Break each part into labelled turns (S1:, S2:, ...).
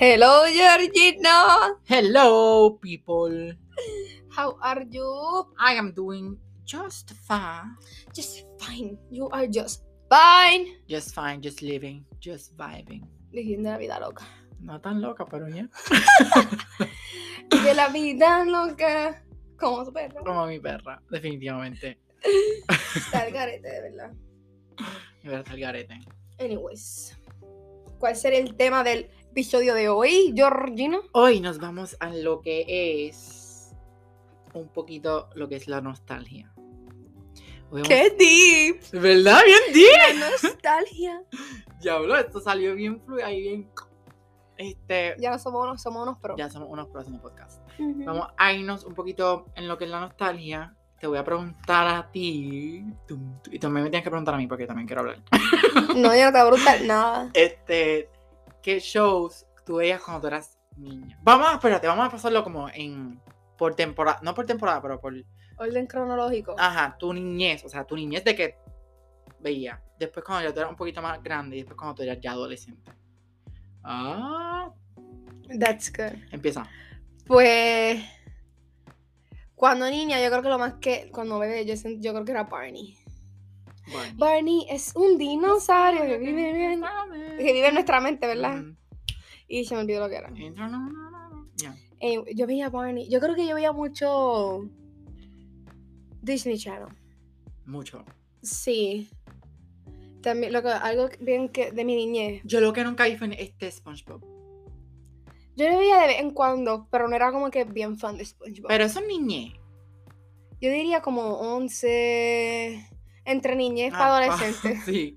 S1: Hello, Georgina.
S2: Hello, people.
S1: How are you?
S2: I am doing just fine.
S1: Just fine. You are just fine.
S2: Just fine, just living, just vibing.
S1: Viviendo la vida loca.
S2: No tan loca, pero ya.
S1: De la vida loca. Como su perro.
S2: Como mi perra, definitivamente.
S1: Está el garete, de verdad.
S2: Mi perra está al garete.
S1: Anyways. ¿Cuál será el tema del episodio de hoy, Georgina?
S2: Hoy nos vamos a lo que es un poquito lo que es la nostalgia. Hoy vamos-
S1: deep!
S2: ¿Verdad? Bien, di.
S1: La nostalgia.
S2: Diablo, esto salió bien fluido ahí bien. Este,
S1: Ya no somos unos, somos unos pro.
S2: ya somos unos próximos podcasts.
S1: Ujú.
S2: Vamos a irnos un poquito en lo que es la nostalgia. Te voy a preguntar a ti. tum, tu- Y también me tienes que preguntar a mí porque también quiero hablar.
S1: No, ya no te va a preguntar nada.
S2: Este, ¿qué shows tú veías cuando tú eras niña? Vamos, a- espérate, vamos a pasarlo como en por temporada, no por temporada, pero por
S1: Orden cronológico.
S2: ajá, tu niñez, o sea, tu niñez de que veía. Después cuando ya tú eras un poquito más grande y después cuando tú eras ya adolescente. Ah,
S1: That's good.
S2: empieza.
S1: Pues cuando niña, yo creo que lo más que cuando bebé, yo, sent- yo creo que era Barney.
S2: Bueno.
S1: Barney es un dinosaurio que vive en, que vive en nuestra mente, ¿verdad?
S2: Ujú.
S1: Y se me olvidó lo que era.
S2: Ya.
S1: Eh, yo veía Barney. Yo creo que yo veía mucho Disney Channel.
S2: Mucho.
S1: Sí. También lo que, algo que- bien que de mi niñez.
S2: Yo lo que nunca vi fue en este SpongeBob.
S1: Yo lo veía de vez en cuando, pero no era como que bien fan de SpongeBob.
S2: Pero eso es niñez.
S1: yo diría como 11 entre niñez
S2: Ah,
S1: para adolescente.
S2: sí.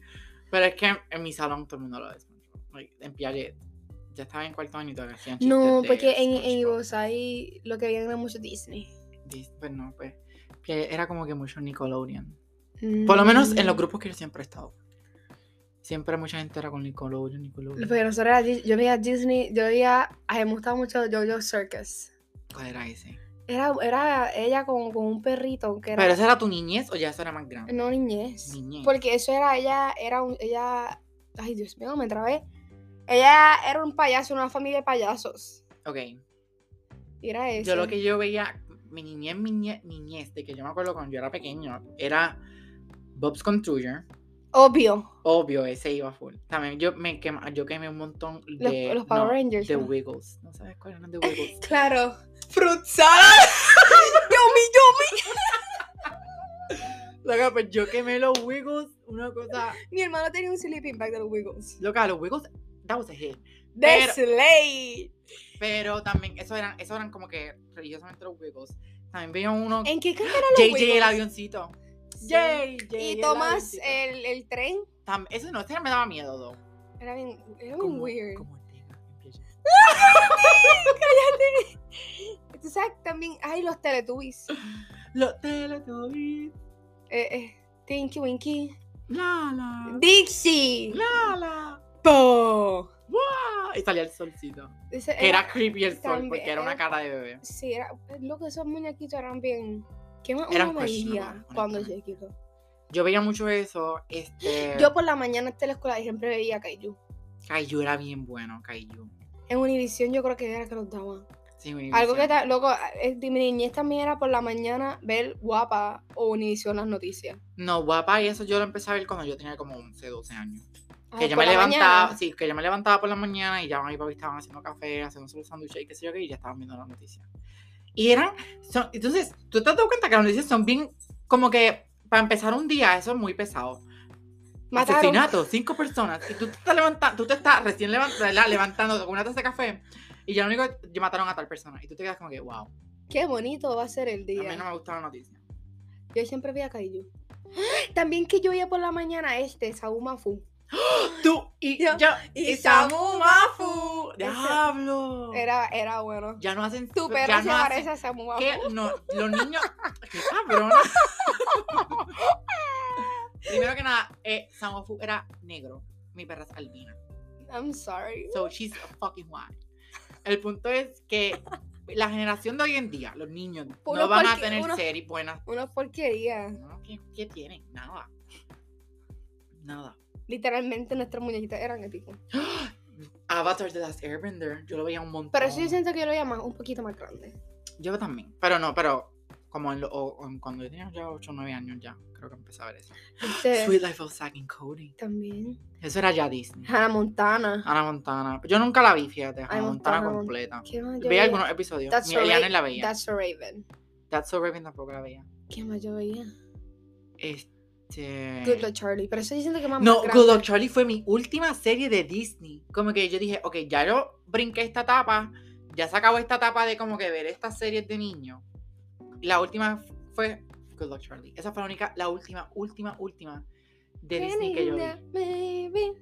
S2: Pero es que en, en mi salón todo el mundo lo ve. SpongeBob. Like, en Piaget. Ya estaba en cuarto año y todavía hacían chistes
S1: No,
S2: de
S1: porque en, en
S2: SpongeBob.
S1: Ibosai lo que veían era mucho Disney.
S2: Dis- Pues no, pues. Piaget era como que mucho Nickelodeon. Por lo menos en los
S1: Mm.
S2: grupos que yo siempre he estado. Siempre mucha gente era con Nickelodeon, Nickelodeon.
S1: Porque nosotros era Dis- yo veía Disney, yo veía, ay, me gustaba mucho Jojo Circus.
S2: ¿Cuál era ese?
S1: Era, era ella con, con un perrito que era
S2: ¿Pero esa era tu niñez o ya eso era más grande?
S1: no niñez.
S2: Niñez.
S1: Porque eso era ella, era un, ella, ay Dios mío, me trabé. Ella era un payaso, una familia de payasos.
S2: Ok.
S1: Y era eso.
S2: Yo lo que yo veía, mi niñez, mi niñez, niñez, de que yo me acuerdo cuando yo era pequeño, era Bob's Contruder.
S1: Obvio,
S2: Obvio, ese iba full. También yo me quema, yo quemé un montón de.
S1: los, los Power
S2: no,
S1: Rangers.
S2: The
S1: ¿no?
S2: Wiggles. ¿No sabes cuál eran The Wiggles?
S1: Claro. Frutzada. yummy, yummy.
S2: Loca, pues yo quemé los Wiggles, una cosa.
S1: Mi hermano tenía un sleeping bag de los Wiggles.
S2: Loca, los Wiggles, that was a hit.
S1: De
S2: Pero-
S1: Slade.
S2: Pero también, eso eran, eso eran como que religiosamente los Wiggles. También veía uno.
S1: ¿En qué carrera los
S2: JJ el
S1: Wiggles?
S2: avioncito.
S1: Sí.
S2: JJ.
S1: Y
S2: el
S1: Tomás
S2: avioncito.
S1: el, el tren.
S2: Tam- Eso no, ese me daba miedo, though.
S1: Era bien, era bien
S2: Como-
S1: weird.
S2: como Ortega, empieza.
S1: Tú sabes también, ay, los Teletubbies.
S2: Los Teletubbies.
S1: Eh, eh, Tinky Winky.
S2: La
S1: Ah.
S2: la.
S1: Dixie.
S2: La la.
S1: Po.
S2: Ah, y salía el solcito.
S1: Ese
S2: Que era creepy el sol,
S1: también
S2: porque era una
S1: era-
S2: cara de bebé.
S1: Sí, era. Loco, esos muñequitos eran bien. ¿Qué más
S2: Eran
S1: uno veía
S2: questionable,
S1: cuando
S2: honestamente.
S1: chiquito?
S2: Yo veía mucho eso. Este.
S1: Yo por la mañana en la escuela siempre veía Kaiju.
S2: Kaiju era bien bueno, Kaiju.
S1: En Univision yo creo que era que nos daban.
S2: Sí, Univision.
S1: Algo que, ta- loco, eh, de mi niñez también era por la mañana ver Guapa o Univision las noticias.
S2: No, guapa, y eso yo lo empecé a ver cuando yo tenía como 11, 12 años.
S1: Ah,
S2: Que yo
S1: por
S2: me
S1: la
S2: levantaba,
S1: mañana.
S2: sí, que yo me levantaba por la mañana y ya mi papi estaban haciendo café, haciendo un sándwich y qué sé yo qué, y ya estaban viendo las noticias. Y eran, son- entonces, tú te has dado cuenta que las noticias son bien, como que para empezar un día, eso es muy pesado.
S1: Mataron.
S2: Asesinato, cinco personas. Y tú te estás levantando, tú te estás recién levan- ¿verdad? levantando con una taza de café y ya lo único que mataron a tal persona. Y tú te quedas como que, wow, a
S1: Qué bonito va a ser el
S2: mí
S1: día.
S2: no me gustan las noticias.
S1: Yo siempre veía Kaiju. ¡Ah! También que yo veía por la mañana este, Saumafu.
S2: Tú y
S1: Yo-
S2: yo.
S1: y Samu
S2: Samu
S1: Mafu.
S2: Mafu. Diablo.
S1: Era, era bueno.
S2: Ya no hacen.
S1: Tu
S2: ya
S1: perro se
S2: no hacen-
S1: parece a Samu Mafu.
S2: ¿Qué? No, los niños. ¡Qué cabrón! Primero que nada, eh, Samofu era negro. Mi perra es albina.
S1: I'm sorry.
S2: So she's fucking white. El punto es que la generación de hoy en día, los niños,
S1: Uno
S2: no van a
S1: porque-
S2: tener
S1: uno-
S2: series buenas.
S1: Una porquería.
S2: No, ¿qué, qué tienen? Nada. Nada.
S1: Literalmente nuestras muñequitas eran épicos.
S2: A Avatar The Last Airbender, yo lo veía un montón.
S1: Pero eso yo siento que yo lo veía más, un poquito más grande.
S2: Yo también. Pero no, pero como en lo- o- o en cuando yo tenía ya 8 o 9 años ya, creo que empecé a ver eso.
S1: Este,
S2: Sweet Life of Zack and Cody.
S1: También.
S2: Eso era ya Disney.
S1: Hannah Montana.
S2: Ana Montana. Yo nunca la vi, fíjate, Ana
S1: Montana,
S2: Montana
S1: Hannah
S2: completa.
S1: ¿Qué más yo
S2: Veía
S1: veía?
S2: algunos episodios.
S1: That's
S2: Mi-
S1: so
S2: Ella no
S1: Ra-
S2: la veía.
S1: That's so Raven.
S2: That's So Raven tampoco la veía.
S1: ¿Qué más yo veía?
S2: Eh. Este...
S1: Good Luck Charlie. Pero eso yo siento que más
S2: No,
S1: más grande.
S2: Good Luck Charlie fue mi última serie de Disney. Como que yo dije, ok, ya yo brinqué esta etapa, ya se acabó esta etapa de como que ver estas series de niño. Y La última fue Good Luck Charlie. Esa fue la única, la última, última, última de
S1: Qué
S2: Disney que yo
S1: linda,
S2: vi.
S1: baby.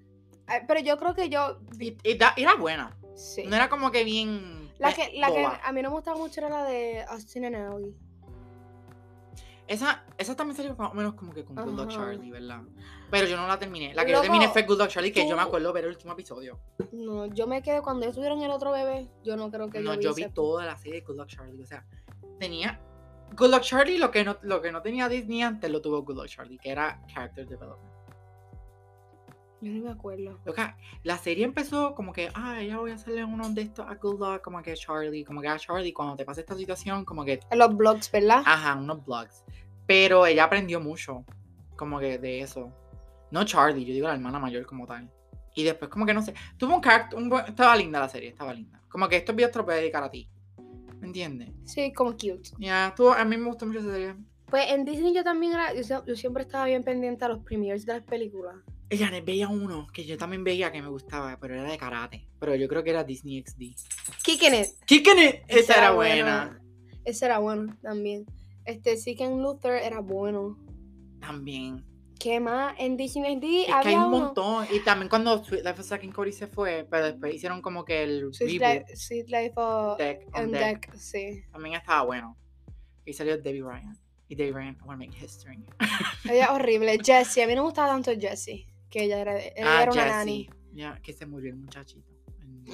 S1: Ay, Pero yo creo que yo. vi-
S2: Y- y da- era buena.
S1: Sí.
S2: No era como que bien.
S1: La
S2: eh,
S1: que, la que
S2: boba.
S1: a mí no me gustaba mucho era la de Austin and Ellie.
S2: Esa, esa también salió más o menos como que con Good Luck
S1: Ajá.
S2: Charlie, ¿verdad? Pero yo no la terminé. La que
S1: Loco,
S2: yo terminé fue Good Luck Charlie, que yo me
S1: tú-
S2: acuerdo ver el último episodio.
S1: No, yo me quedé cuando ellos tuvieron el otro bebé. Yo no creo que
S2: no, yo vi
S1: ese-
S2: toda la serie de Good Luck Charlie. O sea, tenía Good Luck Charlie, lo que no, lo que no tenía Disney antes lo tuvo Good Luck Charlie, que era Character Development.
S1: Yo no me acuerdo.
S2: Loca, la serie empezó como que, ah, ya voy a hacerle uno de estos a Good Luck, como que Charlie, como que a Charlie, cuando te pasa esta situación, como que,
S1: En los blogs, ¿verdad?
S2: ajá, unos blogs. Pero ella aprendió mucho, como que de eso. No Charlie, yo digo la hermana mayor como tal. Y después como que no sé, tuvo un carácter, un buen- estaba linda la serie, estaba linda. Como que estos videos te los voy a dedicar a ti. ¿Me entiendes?
S1: Sí, como cute.
S2: Ya, tú, a mí me gustó mucho esa serie.
S1: Pues en Disney yo también era, yo, sie- yo siempre estaba bien pendiente a los premiers de las películas.
S2: Ella ne- veía uno que yo también veía que me gustaba, pero era de karate. Pero yo creo que era Disney XD.
S1: Kicking It.
S2: Kicking It!
S1: ese
S2: Esa era buena.
S1: Ese era bueno también. Este, Sick and Luther era bueno.
S2: También.
S1: ¿Qué más? En Disney XD
S2: Es que hay
S1: había
S2: un
S1: uno-
S2: montón. Y también cuando Sweet Life of Zack and Cody se fue, pero después hicieron como que el
S1: Sweet
S2: reboot,
S1: Life, Sweet Life of-
S2: Deck on
S1: on
S2: Deck,
S1: Deck, sí.
S2: También estaba bueno. Y salió Debbie Ryan. Y Debbie Ryan, I wanna make history.
S1: Ella es horrible. Jessie, a mí no me gustaba tanto Jessie, que ella era, ella era una
S2: Jessie.
S1: nani.
S2: Ah, Ya, que se murió el muchachito. El, el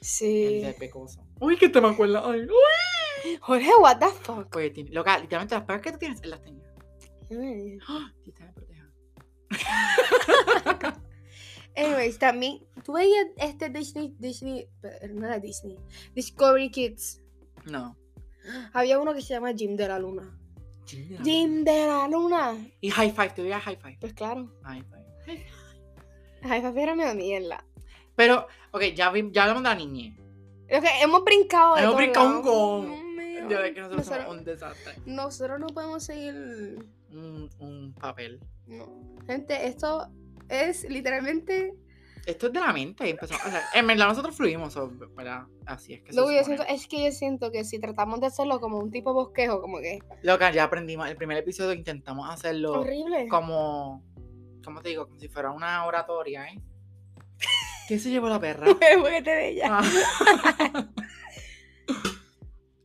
S1: Sí.
S2: de pecoso. Uy, que te me acuerdas. Ay, uy.
S1: Jorge, what the fuck.
S2: Oye, Pues tiene- loca, literalmente las pegas que tú tienes, él las tenía.
S1: Ay.
S2: Sí, está bien, proteja.
S1: Anyways, también, tú veías este Disney, Disney, pero no era Disney, Discovery Kids.
S2: No.
S1: Había uno que se llama Jim de la Luna. Jim de la Luna.
S2: Y high five, te diría high five.
S1: Pues claro.
S2: High five.
S1: Ay, papi, era medio mierda.
S2: Pero, ok, ya, vi- ya hablamos de la niñez.
S1: Lo que hemos brincado de
S2: Hemos
S1: todos
S2: brincado un
S1: lados.
S2: con.
S1: Dios mío.
S2: Ya ves que nosotros somos
S1: nosotros,
S2: un desastre.
S1: nosotros no podemos seguir
S2: Un, un papel.
S1: No. Gente, esto es literalmente.
S2: Esto es de la mente. Empezamos, o sea, en verdad, nosotros fluimos, o- ¿verdad? Así es que. se
S1: Lo que yo
S2: supone.
S1: siento es que yo siento que si tratamos de hacerlo como un tipo bosquejo, como que.
S2: Loca, ya aprendimos. El primer episodio intentamos hacerlo
S1: Horrible.
S2: como. ¿Cómo te digo? Como si fuera una oratoria, ¿eh? ¿Qué se llevó la perra?
S1: Juguete de ella.
S2: Ah.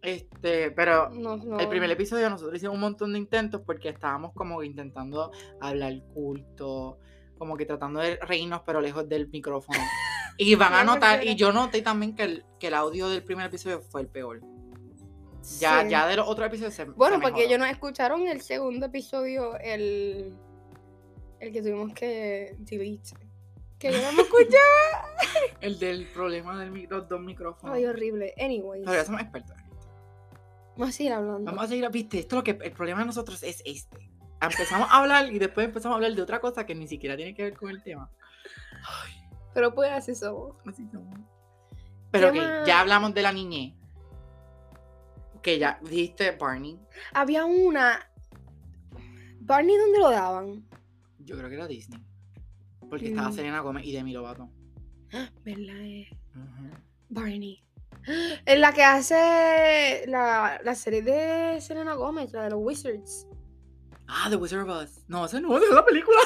S2: este, pero
S1: No, no.
S2: El primer episodio nosotros hicimos un montón de intentos porque estábamos como que intentando hablar culto, como que tratando de reírnos pero lejos del micrófono. Y van a
S1: No,
S2: notar,
S1: porque-
S2: y yo noté también que el, que el audio del primer episodio fue el peor. Ya,
S1: Sí.
S2: ya de los otros episodios se
S1: Bueno,
S2: se
S1: porque
S2: mejoró.
S1: ellos no escucharon el segundo episodio, el. El que tuvimos que delete. Que yo no me escuchaba.
S2: El del problema de los dos micrófonos.
S1: Ay, horrible. Anyways.
S2: Pero ya somos expertos. en esto.
S1: Vamos a seguir hablando.
S2: Vamos a seguir, viste, esto es lo que el problema de nosotros es este. Empezamos a hablar y después empezamos a hablar de otra cosa que ni siquiera tiene que ver con el tema.
S1: Pero pues así somos.
S2: Así somos. Pero ok,
S1: Llama-
S2: ya hablamos de la niñez. Que ya dijiste Barney.
S1: Había una. Barney, ¿dónde lo daban?
S2: Yo creo que era Disney. Porque estaba
S1: Mm.
S2: Selena Gómez y Demi Lovato.
S1: ¿Verdad? eh? Barney. Es la que hace la, la serie de Selena Gómez, la de los Wizards.
S2: Ah, The Wizard of Oz. No, esa no, esa es la película.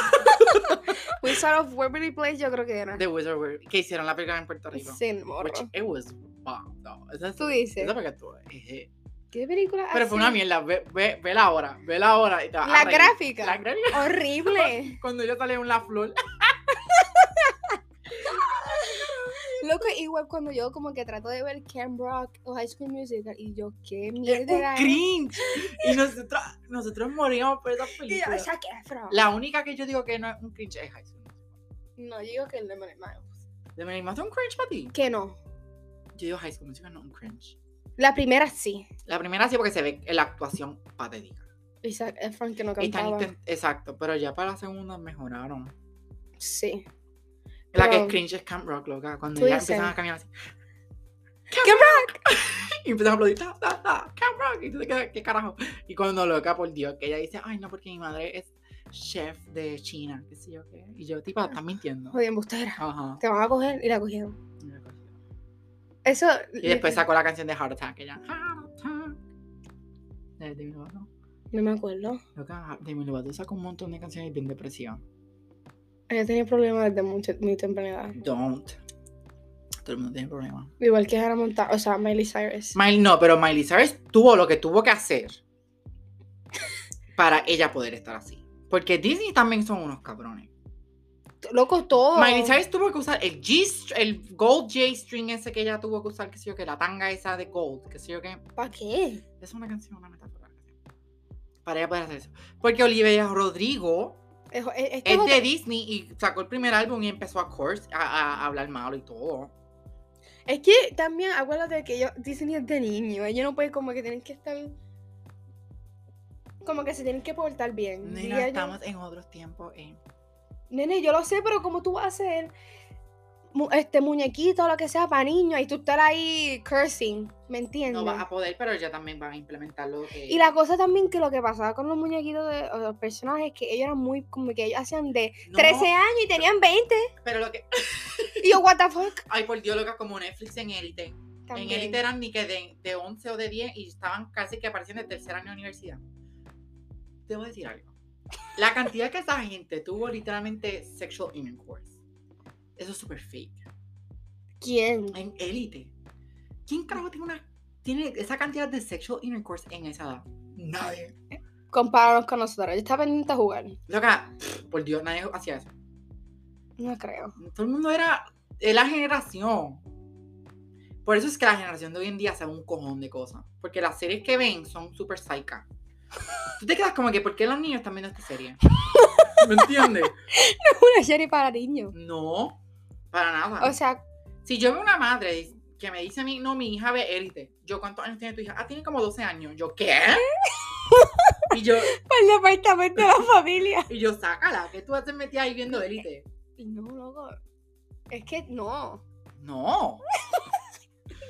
S1: Wizard of Waverly Place, yo creo que era.
S2: The Wizard of Oz. Que hicieron la película en Puerto Rico.
S1: Sin morro.
S2: Which it was bomb, though. Esa
S1: Tú dices.
S2: Esa porque tú- eje.
S1: ¿Qué película?
S2: Pero fue una
S1: así?
S2: mierda. Ve, ve, vela ahora. Vela ahora. Y te vas a
S1: Ah, La
S2: reír.
S1: gráfica.
S2: La gráfica.
S1: Horrible.
S2: Cuando yo salí en la flor.
S1: Loco, igual cuando yo como que trato de ver Camp Rock o High School Musical y yo, qué
S2: Es un
S1: mierda. era
S2: cringe. Y nosotros, nosotros moríamos por esa
S1: Y yo,
S2: película.
S1: Zac Efron.
S2: La única que yo digo que no es un cringe es High School Musical.
S1: No, yo digo que el de Money Miles.
S2: ¿De Mary Mouse es un cringe para ti?
S1: Que no.
S2: Yo digo High School Musical no es un cringe.
S1: La primera sí.
S2: La primera sí porque se ve la actuación patética.
S1: Isaac Efron que no
S2: Y están
S1: cantaba.
S2: intent- Exacto, pero ya para la segunda mejoraron.
S1: Sí.
S2: La que
S1: Pero-
S2: es cringe es Camp Rock, loca. Cuando
S1: Tú
S2: ya
S1: dices.
S2: empiezan a caminar así.
S1: Camp
S2: y empiezan a aplaudir. Ta, ta, ta, Camp Rock. Y tú te quedas, ¿qué carajo? Y cuando loca, por Dios, que ella dice, ay, no, porque mi madre es chef de China. ¿Qué sé yo qué? Y yo, tipo, estás mintiendo.
S1: Jodida embustera.
S2: Ajá.
S1: Te van a coger y la cogieron. Eso.
S2: Y después sacó la canción de Heart Attack. Ella, Heart Attack. De Demi Lovato.
S1: No me acuerdo.
S2: Loca, Demi Lovato sacó un montón de canciones bien depresivas.
S1: Ella tenía problemas desde mucho, muy temprana edad.
S2: Don't. Todo el mundo tiene problemas.
S1: Igual que Hannah Montana, o sea, Miley Cyrus.
S2: Miley- no, pero Miley Cyrus tuvo lo que tuvo que hacer para ella poder estar así. Porque Disney también son unos cabrones.
S1: Loco, todo.
S2: Miley Cyrus tuvo que usar el G str- el gold J string ese que ella tuvo que usar, que sé yo que la tanga esa de gold, que sé yo que
S1: ¿Para qué?
S2: es una canción, una metáfora. Para ella poder hacer eso. Porque Olivia Rodrigo
S1: Es, es- es que
S2: es
S1: es
S2: de Disney y sacó el primer álbum y empezó a course a, a- a hablar malo y todo.
S1: otra- es que también acuérdate que ellos Disney es de niño. Ellos no pueden, como que tienen que estar. Como que se tienen que portar bien.
S2: Nena,
S1: diría yo.
S2: estamos en otros tiempos. eh.
S1: Nene, yo lo sé, pero como tú vas a hacer mu- este muñequito o lo que sea para niños y tú estar ahí cursing, ¿me entiendes?
S2: No vas a poder, pero ella también va a eh. implementar lo que.
S1: Y la cosa también que lo que pasaba con los muñequitos de o los personajes que ellos eran muy como que ellos hacían de
S2: No,
S1: 13 años y tenían 20.
S2: Pero lo que.
S1: Y yo, what the fuck.
S2: Ay, por Dios, loca, como Netflix en élite. En
S1: También.
S2: élite eran ni que de, de 11 o de 10 y estaban casi que aparecían de tercer año de universidad. Debo decir algo. La cantidad que esa gente tuvo literalmente sexual intercourse. Eso es súper fake.
S1: ¿Quién?
S2: En élite. ¿Quién carajo tiene, una, tiene esa cantidad de sexual intercourse en esa edad? Nadie.
S1: Compáranos con nosotros. Yo estaba pendiente a jugar.
S2: Loca, pff, por Dios, nadie hacía eso.
S1: No creo.
S2: Todo el mundo era. Es la generación. Por eso es que la generación de hoy en día sabe un cojón de cosas. Porque las series que ven son súper psychas. Tú te quedas como que, ¿por qué los niños están viendo esta serie? ¿Me entiendes?
S1: Una serie para niños.
S2: No, para nada.
S1: O sea,
S2: si yo veo una madre que me dice a mí, no, mi hija ve élite. Yo, ¿cuántos años tiene tu hija? Ah, tiene como 12 años. Yo, ¿qué? Y yo,
S1: para el departamento de la familia.
S2: y yo sácala, que tú te metida ahí viendo élite.
S1: No, loco. Es que no.
S2: No,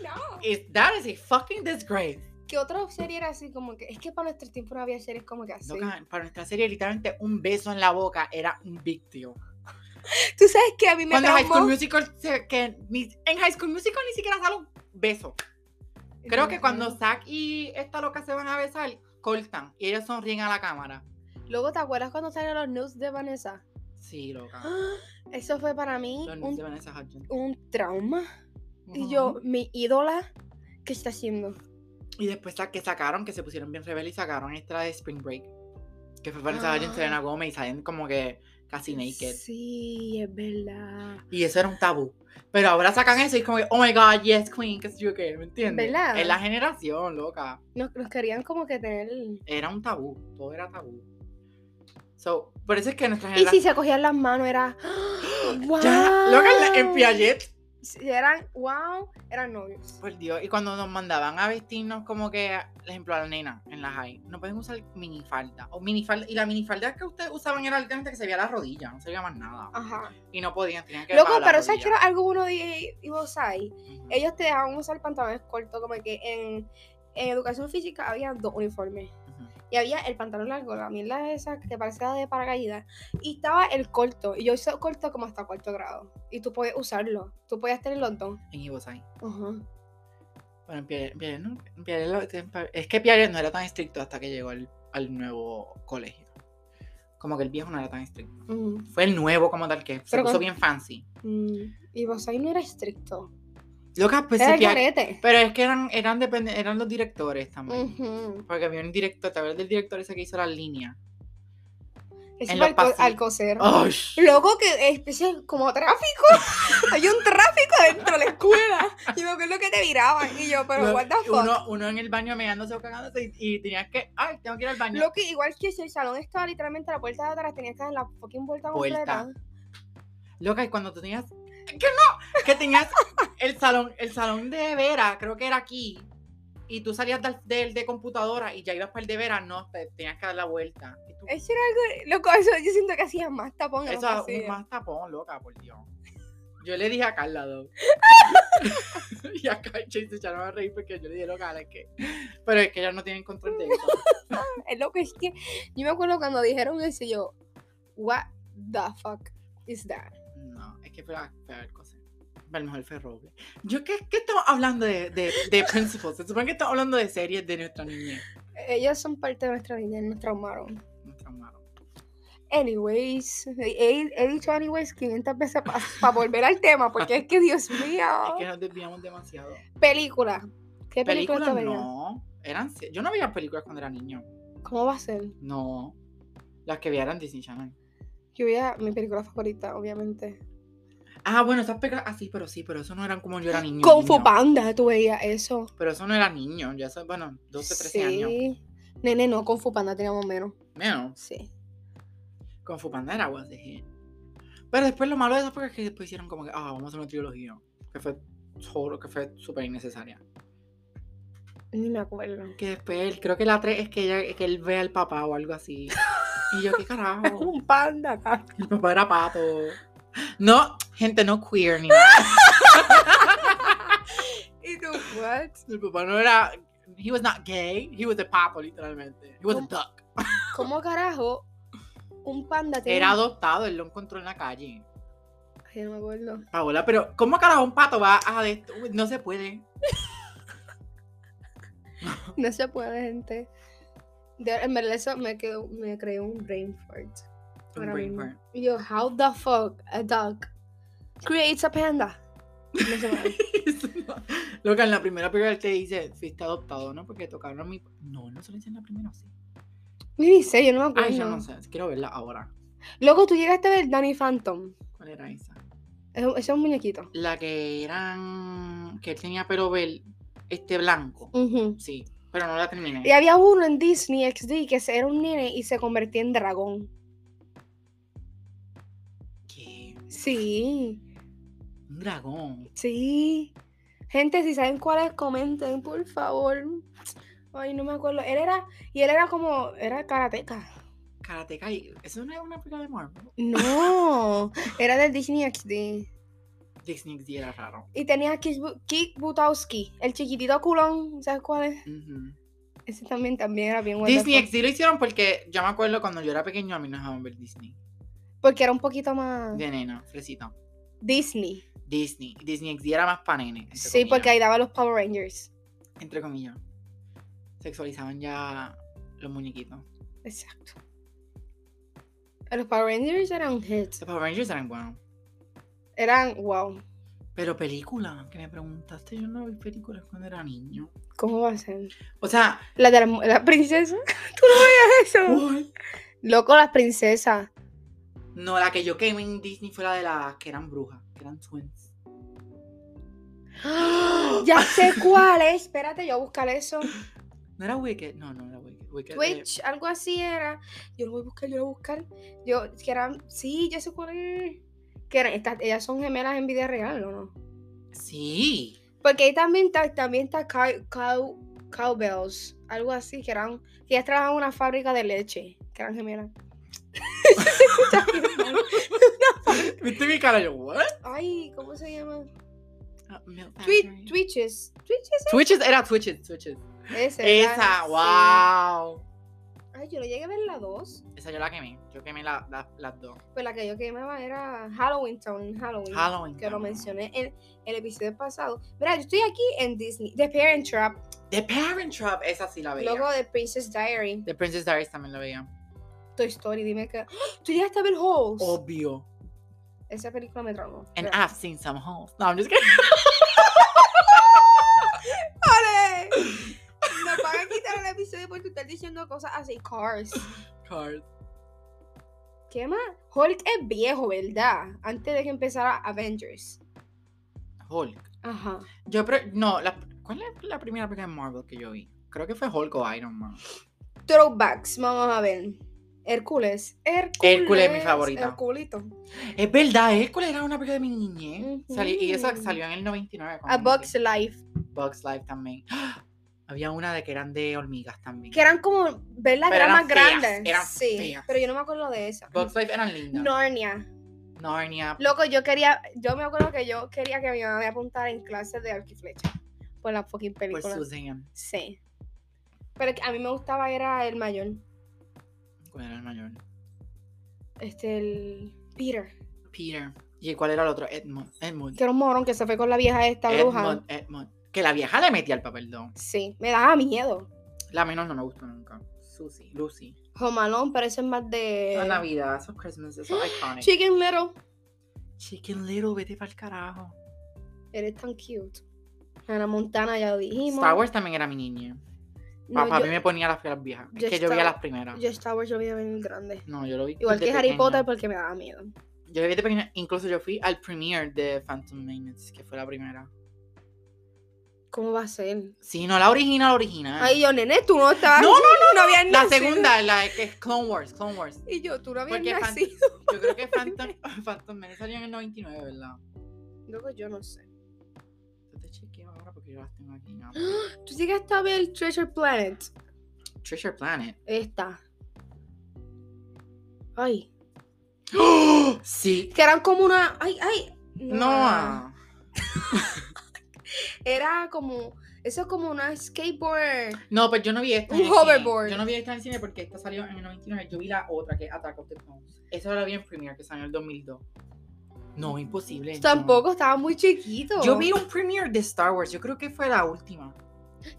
S1: No.
S2: It's- that is a fucking disgrace.
S1: ¿Qué otra serie era así como que? Es que para nuestro tiempo no había series como que así.
S2: Loca, para nuestra serie, literalmente un beso en la boca era un big deal.
S1: Tú sabes que a mí me
S2: Cuando High School
S1: traumó.
S2: Musical, se- que ni- en High School Musical ni siquiera sale un beso. Creo que cuando Zack y esta loca se van a besar, cortan y ellos sonríen a la cámara.
S1: Luego, ¿te acuerdas cuando salieron los nudes de Vanessa?
S2: Sí, loca.
S1: Eso fue para mí
S2: Ah. Los niños de
S1: un,
S2: Vanessa Hudgens.
S1: un trauma. Y
S2: Ujú.
S1: yo, mi ídola, ¿qué está haciendo?
S2: Y después la que sacaron, que se pusieron bien rebeldes y sacaron esta de Spring Break. Que fue Vanessa Hudgens,
S1: Ah.
S2: Selena Gomez y salen como que casi naked.
S1: Sí, es verdad.
S2: Y eso era un tabú. Pero ahora sacan eso y es como que, oh my god, yes, queen, que sé yo qué, ¿me entiendes?
S1: ¿Verdad?
S2: Es la generación, loca.
S1: Nos, nos querían como que tener.
S2: Era un tabú, todo era tabú. So, por eso es que nuestra
S1: Y si
S2: generación.
S1: se cogían las manos, era. ¡Wow!
S2: Ya, loca, en la- en Piaget,
S1: Sí, Eran, wow, eran novios.
S2: por Dios. Y cuando nos mandaban a vestirnos, como que, por ejemplo, a la nena en la high, no pueden usar minifalda. O minifalda. Y la minifalda que ustedes usaban era literalmente que se veía la rodilla, no se veía más nada.
S1: Ajá.
S2: Y no podían, tenían que
S1: Ah. Loco,
S2: bajar la
S1: pero ¿sabes que
S2: rodilla.
S1: era algo uno de y vos ahí?
S2: Ujú.
S1: Ellos te dejaban usar pantalones cortos, como que en, en educación física había dos uniformes.
S2: Ujú.
S1: Y había el pantalón largo, la mierda esa que parecía de paracaídas. Y estaba el corto. Y yo hice corto como hasta cuarto grado. Y tú podías usarlo. Tú podías tener los dos.
S2: En Ibosai.
S1: Ajá.
S2: Bueno, en Piaget, en Piaget no, en Piaget lo- este, es que Piaget no era tan estricto hasta que llegó al, al nuevo colegio. Como que el viejo no era tan estricto.
S1: Mm,
S2: Fue el nuevo como tal que se
S1: Pero
S2: puso
S1: con-
S2: bien fancy.
S1: mm. Y vos ahí no era estricto.
S2: Loca, pues
S1: era
S2: sí,
S1: el
S2: Piaget-
S1: garete.
S2: Pero es que eran, eran, depende- eran los directores también.
S1: Ujú.
S2: Porque había un director, te acuerdas del director ese que hizo las líneas.
S1: Eso
S2: En
S1: fue al,
S2: los
S1: co-
S2: pasillos. Oh.
S1: al coser.
S2: ¡Ay!
S1: Loco, que es es como tráfico. Hay un tráfico dentro de la escuela. Y me acuerdo que te miraban. Y yo, pero
S2: Lo-
S1: what the fuck.
S2: uno, uno en el baño meándose o cagándose y, y tenías que. ¡Ay, tengo que ir al baño!
S1: Lo que igual que si el salón estaba literalmente a la puerta de atrás, tenías que dar la fucking vuelta
S2: Vuelta.
S1: completa.
S2: Loca, y cuando tú tenías que no, que tenías el salón, el salón de Vera, creo que era aquí, y tú salías del, del de computadora y ya ibas para el de Vera, no, te tenías que dar la vuelta. Y tú,
S1: Eso era algo, loco, eso yo siento que hacía más tapón. en los
S2: eso es un
S1: pasillos.
S2: más tapón, loca, por Dios. Yo le dije a Carla, though. y a Carla se echaron a reír porque yo le dije, loca, es que. Pero es que ellas no tienen control de eso.
S1: Es loco, es que yo me acuerdo cuando dijeron eso, yo, what the fuck is that?
S2: No, es que fue la peor cosa. A lo mejor fue Roble. Yo, ¿qué, qué estamos hablando de, de, de principles? Se supone que estamos hablando de series de nuestra niñez.
S1: Ellos son parte de nuestra vida, nos traumaron.
S2: Nos traumaron.
S1: Anyways, he, he dicho anyways 500 veces para volver al tema, porque es que Dios
S2: Es
S1: mío.
S2: que nos desviamos demasiado.
S1: Película. ¿Qué película
S2: Películas
S1: te veías?
S2: no. Eran, se- yo no veía películas cuando era niño.
S1: ¿Cómo va a ser?
S2: No. Las que veía eran Disney Channel.
S1: Yo veía mi película favorita, obviamente.
S2: Ah, bueno, esas películas. Ah, sí, pero sí, pero eso no eran como yo era niño.
S1: Kung Fu
S2: niño.
S1: Panda, tú veías eso.
S2: Pero eso no era niño. Ya son, bueno, 12, 13 años.
S1: Sí. Nene, no, Kung Fu Panda teníamos menos.
S2: Menos.
S1: Sí.
S2: Con Fupanda era was the hit. Pero después lo malo de esas películas es que después hicieron como que, ah, vamos a hacer una trilogía. Que fue solo, que fue súper innecesaria.
S1: Ni me acuerdo.
S2: Que después, él- creo que la 3 es que, ella, que él ve al papá o algo así. Y yo, ¿qué carajo?
S1: Un panda. cabrón.
S2: El papá era pato. No, gente, no queer ni nada.
S1: ¿Y tú, what?
S2: El papá no era. He was not gay. He was a pato, literalmente. He was a
S1: ¿Cómo?
S2: duck.
S1: ¿Cómo carajo un panda tiene
S2: Era
S1: un-
S2: adoptado, él lo encontró en la calle.
S1: Ay, no me acuerdo.
S2: Paola, pero ¿cómo carajo un pato va a.? de- Uy, No se puede.
S1: No se puede, gente. De- en verdad, eso me, quedó, me creó un brain fart.
S2: Un
S1: ahora
S2: brain
S1: mismo.
S2: fart.
S1: Y Yo, how the fuck a dog creates a panda? No se puede.
S2: Loca, en la primera película te dice, fuiste adoptado, ¿no? Porque tocaron a mi... No, no se lo dicen en la primera, sí.
S1: Ni dice, yo no me acuerdo.
S2: Ay, yo no sé, quiero verla ahora.
S1: Luego tú llegaste a ver Danny Phantom.
S2: ¿Cuál era esa?
S1: Es un- Ese es un muñequito.
S2: La que eran... que él tenía pelo bel... este blanco.
S1: Ujú.
S2: Sí, pero no la terminé.
S1: Y había uno en Disney XD que se- era un nene y se convertía en dragón.
S2: ¿Qué?
S1: Sí,
S2: Un dragón.
S1: sí. Gente, si saben cuál es, comenten, por favor. Ay, no me acuerdo. Él era, y él era como, era karateca.
S2: Karateka y... ¿Eso no es una película de Marvel?
S1: No, era del Disney XD.
S2: Disney XD era raro.
S1: Y tenía a Kick Bu- Kick Butowski, el chiquitito culón, ¿sabes cuál es?
S2: Ujú.
S1: Ese también, también era bien bueno. pues-
S2: Disney XD lo hicieron porque yo me acuerdo cuando yo era pequeño a mí nos dejaban ver Disney.
S1: Porque era un poquito más
S2: De nena, fresita.
S1: Disney.
S2: Disney. Disney XD era más para nene. entre
S1: Sí,
S2: comillas.
S1: porque ahí daba los Power Rangers.
S2: entre comillas, sexualizaban ya los muñequitos.
S1: Exacto. Los Power Rangers eran un hit.
S2: Los Power Rangers eran buenos.
S1: Eran, wow.
S2: Pero película, que me preguntaste, yo no vi películas cuando era niño.
S1: ¿Cómo va a ser?
S2: O sea,
S1: La de la, mu- la princesa. Tú no veías eso.
S2: uy,
S1: Loco, las princesas.
S2: no, la que yo quemé en Disney fue la de las que eran brujas, que eran twins.
S1: Ya sé cuál es. Espérate, yo voy a buscar eso.
S2: ¿No era Wicked? No, no era Wicked. Wicked, eh,
S1: Twitch, algo así era. Yo lo voy a buscar, yo lo voy a buscar. Yo, que eran, sí, yo sé cuál es. Que eran, estas, ellas son gemelas en vida real, ¿o no?
S2: sí.
S1: Porque ahí también está, también está cow, cow- Cowbells, algo así, que eran, que ellas trabajaban en una fábrica de leche, que eran gemelas.
S2: ¿Viste mi cara? Yo, ¿what?
S1: Ay, ¿cómo se llama?
S2: Ah, Milk Factory.
S1: Twi- Twitches. Twitches
S2: Twitches, era Twitches, Twitches.
S1: Esa,
S2: Esa, wow.
S1: Ay, yo lo llegué a ver la 2.
S2: Esa yo la quemé. Yo quemé la- la- las dos.
S1: Pues la que yo quemaba era Halloween Town, Halloween.
S2: Halloween.
S1: que lo
S2: también.
S1: mencioné en el episodio pasado. Mira, yo estoy aquí en Disney. The Parent Trap,
S2: The Parent Trap, esa sí la veía.
S1: luego de Princess Diary,
S2: The Princess Diaries también la veía.
S1: Toy Story, dime que. ¿Tú llegaste a ver Holes?
S2: Obvio.
S1: Esa película me traumó.
S2: Oh. And
S1: Pero-
S2: I've seen some holes. No, I'm just kidding.
S1: ¡Ole! Nos van a quitar el episodio porque tú estás diciendo cosas así. Cars.
S2: Cars.
S1: ¿Qué más? Hulk es viejo, ¿verdad? Antes de que empezara Avengers.
S2: Hulk.
S1: Ajá.
S2: Yo, pero, no, la, ¿cuál es la primera película de Marvel que yo vi? Creo que fue Hulk o Iron Man.
S1: Throwbacks, vamos a ver. Hércules. Hércules.
S2: Hércules, mi favorita.
S1: Hérculito.
S2: Es verdad, Hércules era una película de mi niñez. Sali- y esa
S1: Ujú.
S2: salió en el 99.
S1: A
S2: cuando
S1: Bug's Life.
S2: Bugs Life también. ¡Ah! Había una de que eran de hormigas también.
S1: Que eran como, ¿verdad?
S2: Pero
S1: Que eran,
S2: eran
S1: más
S2: feas,
S1: grandes.
S2: eran
S1: sí,
S2: feas.
S1: pero yo no me acuerdo de esa.
S2: Bugs Life eran lindas.
S1: Narnia.
S2: Narnia.
S1: Loco, yo quería, yo me acuerdo que yo quería que mi mamá me apuntara en clases de arco y flecha por la fucking
S2: Por
S1: película.
S2: Susan.
S1: Sí. Pero que a mí me gustaba era el mayor,
S2: ¿Cuál era el mayor?
S1: este, el Peter,
S2: Peter. ¿Y cuál era el otro? Edmund. Edmund.
S1: que era un morón que se fue con la vieja esta bruja.
S2: Edmund. Edmund. Que la vieja le metía el papelón.
S1: Sí, me daba miedo.
S2: La menor no me gustó nunca. Susie. Lucy.
S1: Jomalón parece más de...
S2: La Navidad, esos Christmas, esos iconic.
S1: Chicken Little.
S2: Chicken Little, vete para el carajo.
S1: Eres tan cute. Hannah Montana ya lo dijimos.
S2: Star Wars también era mi niña.
S1: No,
S2: Papá, a mí
S1: yo,
S2: me ponía las las viejas. Es
S1: yo
S2: que yo veía
S1: estaba-
S2: las primeras.
S1: yo Star Wars yo vi en el grande.
S2: No, yo lo vi.
S1: Igual
S2: desde
S1: que Harry
S2: pequeña.
S1: Potter porque me daba miedo.
S2: Yo lo vi de pequeña. Incluso yo fui al premiere de Phantom Menace, que fue la primera.
S1: ¿Cómo va a ser?
S2: Sí, no la original, la original.
S1: Ay, yo, nene, tú no estabas.
S2: Ah. No, no,
S1: no había
S2: la
S1: nacido.
S2: segunda, la que es Clone Wars, Clone Wars.
S1: Y yo, tú no habías
S2: Porque fan-
S1: nacido.
S2: Yo creo que Phantom, Phantom Menace salió en el 99, ¿verdad?
S1: Luego yo no sé.
S2: Yo te chequeo ahora porque yo las tengo aquí. ¿no?
S1: ¿Tú llegaste a ver el Treasure Planet?
S2: Treasure Planet.
S1: Esta. Ay.
S2: Sí.
S1: Que eran como una. Ay, ay.
S2: No.
S1: Era como. Eso es como una skateboard.
S2: No, pero yo no vi esta. en
S1: Un
S2: el cine.
S1: hoverboard.
S2: Yo no vi esta en el cine porque esta salió en el 99. Yo vi la otra que es Attack of the Clones. Esa la vi en Premiere que salió en el 2002. No, imposible. no.
S1: Tampoco, estaba muy chiquito.
S2: Yo vi un Premiere de Star Wars. Yo creo que fue la última.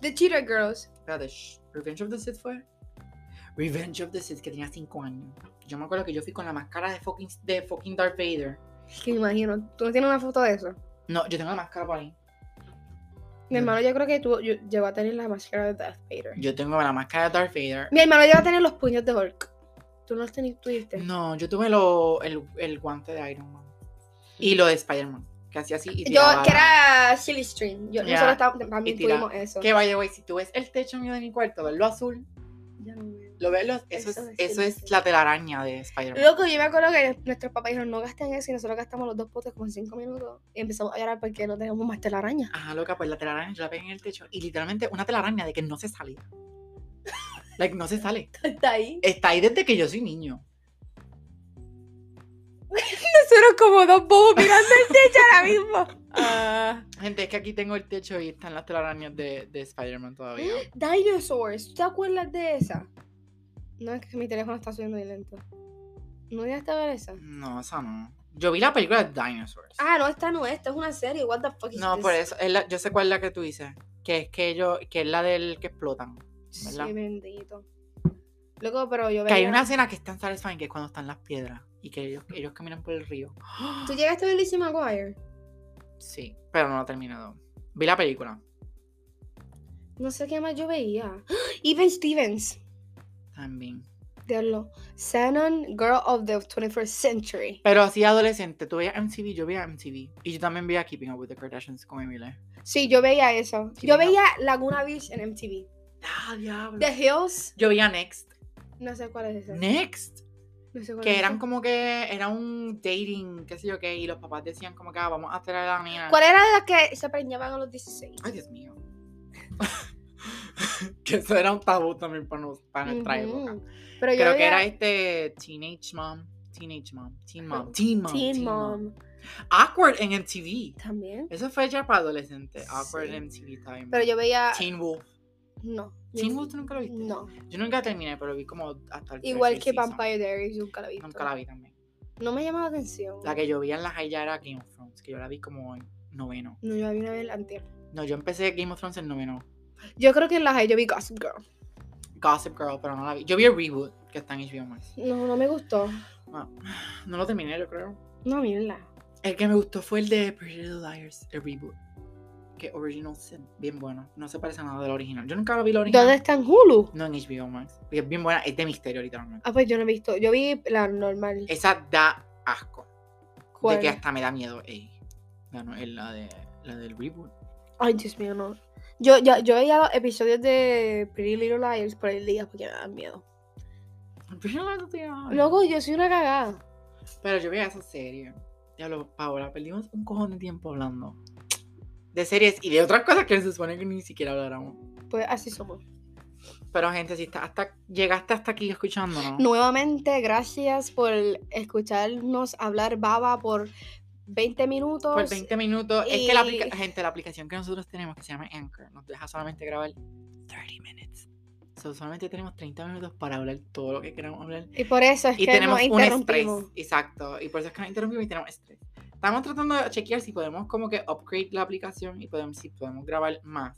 S1: The Cheetah Girls.
S2: Espérate, shh. Revenge of the Sith fue. Revenge of the Sith que tenía 5 años. Yo me acuerdo que yo fui con la máscara de fucking, de fucking Darth Vader.
S1: Es que me imagino. ¿Tú no tienes una foto de eso?
S2: No, yo tengo la máscara por ahí.
S1: Mi hermano, yo creo que tú yo- llegó a tener la máscara de Darth Vader.
S2: Yo tengo la máscara de Darth Vader.
S1: Mi hermano llegó a tener los puños de Hulk. Tú no los teni- tuviste.
S2: No, yo tuve lo, el, el guante de Iron Man. Y lo de Spider-Man. Que hacía así. Y
S1: Yo,
S2: tiraba
S1: que
S2: la-
S1: era Silly String. Yo,
S2: Ya.
S1: Nosotros tam- también
S2: Y tira.
S1: tuvimos eso.
S2: Que by the way, si tú ves el techo mío de mi cuarto, ves lo azul,
S1: Ya no veo.
S2: lo ves lo-
S1: Eso
S2: eso, es,
S1: es
S2: eso es
S1: el-
S2: la telaraña de Spider-Man.
S1: Loco, yo me acuerdo que nuestros papás dijeron, no gasten eso, y nosotros gastamos los dos potes como en cinco minutos. Y empezamos a llorar porque no tenemos más telaraña.
S2: Ajá, loca, pues la telaraña yo la pegué en el techo y literalmente una telaraña de que no se sale. Like, no se sale.
S1: Está ahí.
S2: Está ahí desde que yo soy niño.
S1: Nosotros como dos bobos mirando el techo ahora mismo. Ah.
S2: Gente, es que aquí tengo el techo y están las telarañas de, de Spider-Man todavía.
S1: Dinosaurs, ¿tú te acuerdas de esa? No, es que mi teléfono está subiendo muy lento. ¿No llegaste a ver esa?
S2: No, esa no. Yo vi la película de Dinosaurs.
S1: Ah, no, esta no es, esta es una serie. What the fuck is
S2: no,
S1: this?
S2: por eso. es la- yo sé cuál es la que tú dices. Que es que yo, que es la del que explotan. ¿verdad?
S1: Sí, bendito. Loco, pero yo
S2: Que hay
S1: veía-
S2: una escena que es tan satisfying que es cuando están las piedras y que ellos, ellos caminan por el río.
S1: ¿Tú llegaste a ver Lizzie McGuire?
S2: Sí, pero no la he terminado. Vi la película.
S1: No sé qué más yo veía. Even Stevens.
S2: También.
S1: Diablo. Shannon, Girl of the 21st Century.
S2: Pero así adolescente, tú veías MTV, yo veía MTV. Y yo también veía Keeping Up with the Kardashians con Emily.
S1: Sí, yo veía eso.
S2: Sí,
S1: yo
S2: mira.
S1: veía Laguna Beach en MTV.
S2: Ah, diablo.
S1: The Hills.
S2: Yo veía Next.
S1: No sé cuál es esa.
S2: Next.
S1: No sé cuál es
S2: Que
S1: esa.
S2: eran como que era un dating, qué sé yo qué, y los papás decían como que ah, vamos a traer a la niña.
S1: ¿Cuál era de las que se preñaban a los 16?
S2: Ay, Dios mío. que eso era un tabú también para, nos- para nuestra
S1: Ujú.
S2: época.
S1: Pero yo
S2: Creo que
S1: veía
S2: era este Teenage Mom. Teenage Mom. Teen Mom. Teen Mom.
S1: Teen
S2: Teen
S1: Mom.
S2: Mom. Awkward en MTV.
S1: También.
S2: Eso fue ya para adolescente. Awkward
S1: Sí.
S2: en MTV time.
S1: Pero yo veía.
S2: Teen Wolf.
S1: No. yo-
S2: Teen Wolf tú nunca lo viste.
S1: No.
S2: Yo nunca terminé, pero vi como hasta el
S1: Igual
S2: tercer
S1: que
S2: season.
S1: Vampire Diaries, nunca la vi.
S2: Nunca la vi también.
S1: No me llamaba la atención.
S2: La que yo vi en la high ya era Game of Thrones, que yo la vi como en noveno.
S1: No, yo la vi una vez antes.
S2: No, yo empecé Game of Thrones en noveno.
S1: Yo creo que en la high yo vi Gossip Girl.
S2: Gossip Girl, pero no la vi. Yo vi el reboot que está en HBO Max.
S1: No, no me gustó.
S2: No, no lo terminé, yo creo.
S1: No, mírenla.
S2: El que me gustó fue el de Pretty Little Liars, el reboot. Que Original Sin, bien bueno. No se parece a nada del original. Yo nunca lo vi el original.
S1: ¿Dónde está en Hulu?
S2: No en HBO Max. Y Es bien buena, es de misterio literalmente.
S1: Ah, pues yo no he visto. Yo vi la normal.
S2: Esa da asco.
S1: ¿Cuál?
S2: De que hasta me da miedo. Ey. La, no- es la, de, la del reboot.
S1: Ay, Dios mío, no. Yo, yo, yo veía los episodios de Pretty Little Liars por el día porque me dan miedo. Loco, yo soy una cagada.
S2: Pero yo veía esa serie. Diablo, Paola, perdimos un cojón de tiempo hablando. De series y de otras cosas que se supone que ni siquiera habláramos.
S1: Pues así somos.
S2: Pero gente, si está hasta, llegaste hasta aquí escuchándonos.
S1: Nuevamente, gracias por escucharnos hablar baba por 20 minutos.
S2: Por 20 minutos. Es que la aplica-
S1: Y-
S2: gente, la aplicación que nosotros tenemos que se llama Anchor nos deja solamente grabar 30 minutes. So, solamente tenemos 30 minutos para hablar todo lo que queramos hablar.
S1: Y por eso es
S2: Y
S1: que
S2: tenemos
S1: nos
S2: un estrés.
S1: interrumpimos.
S2: Exacto. Y por eso es que nos interrumpimos y tenemos estrés. Estamos tratando de chequear si podemos como que upgrade la aplicación y podemos, si podemos grabar más.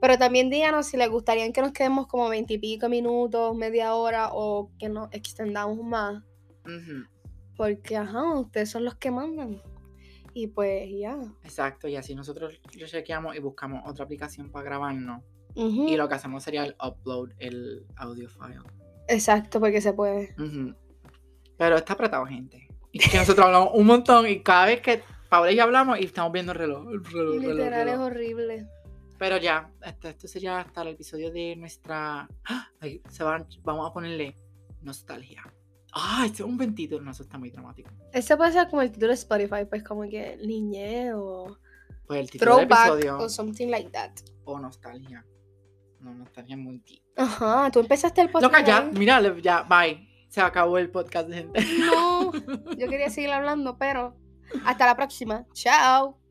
S1: Pero también díganos si les gustaría que nos quedemos como 20 y pico minutos, media hora o que nos extendamos más.
S2: Ujú,
S1: Porque, ajá, ustedes son los que mandan. Y pues ya.
S2: Exacto. Y así nosotros lo chequeamos y buscamos otra aplicación para grabarnos.
S1: Ujú.
S2: Y lo que hacemos sería el upload, el audio file.
S1: Exacto, porque se puede.
S2: Ujú. Pero está apretado, gente. Y es que nosotros hablamos un montón y cada vez que Paola y yo hablamos y estamos viendo el reloj. el reloj, el reloj, el
S1: Literal es
S2: reloj.
S1: horrible.
S2: Pero ya, esto, esto sería hasta el episodio de nuestra. ¡Ah! Ay, se van, vamos a ponerle nostalgia. Ah, este es un ventito. No, eso está muy dramático.
S1: Este puede ser como el título de Spotify, pues como que niñez o
S2: Pues el título del
S1: throwback
S2: episodio.
S1: o something like that.
S2: O nostalgia. No, nostalgia es muy deep.
S1: Ajá, tú empezaste el podcast.
S2: Loca, ya,
S1: ahí.
S2: mira, le- ya, bye. Se acabó el podcast, gente.
S1: No, yo quería seguir hablando, pero hasta la próxima. Chao.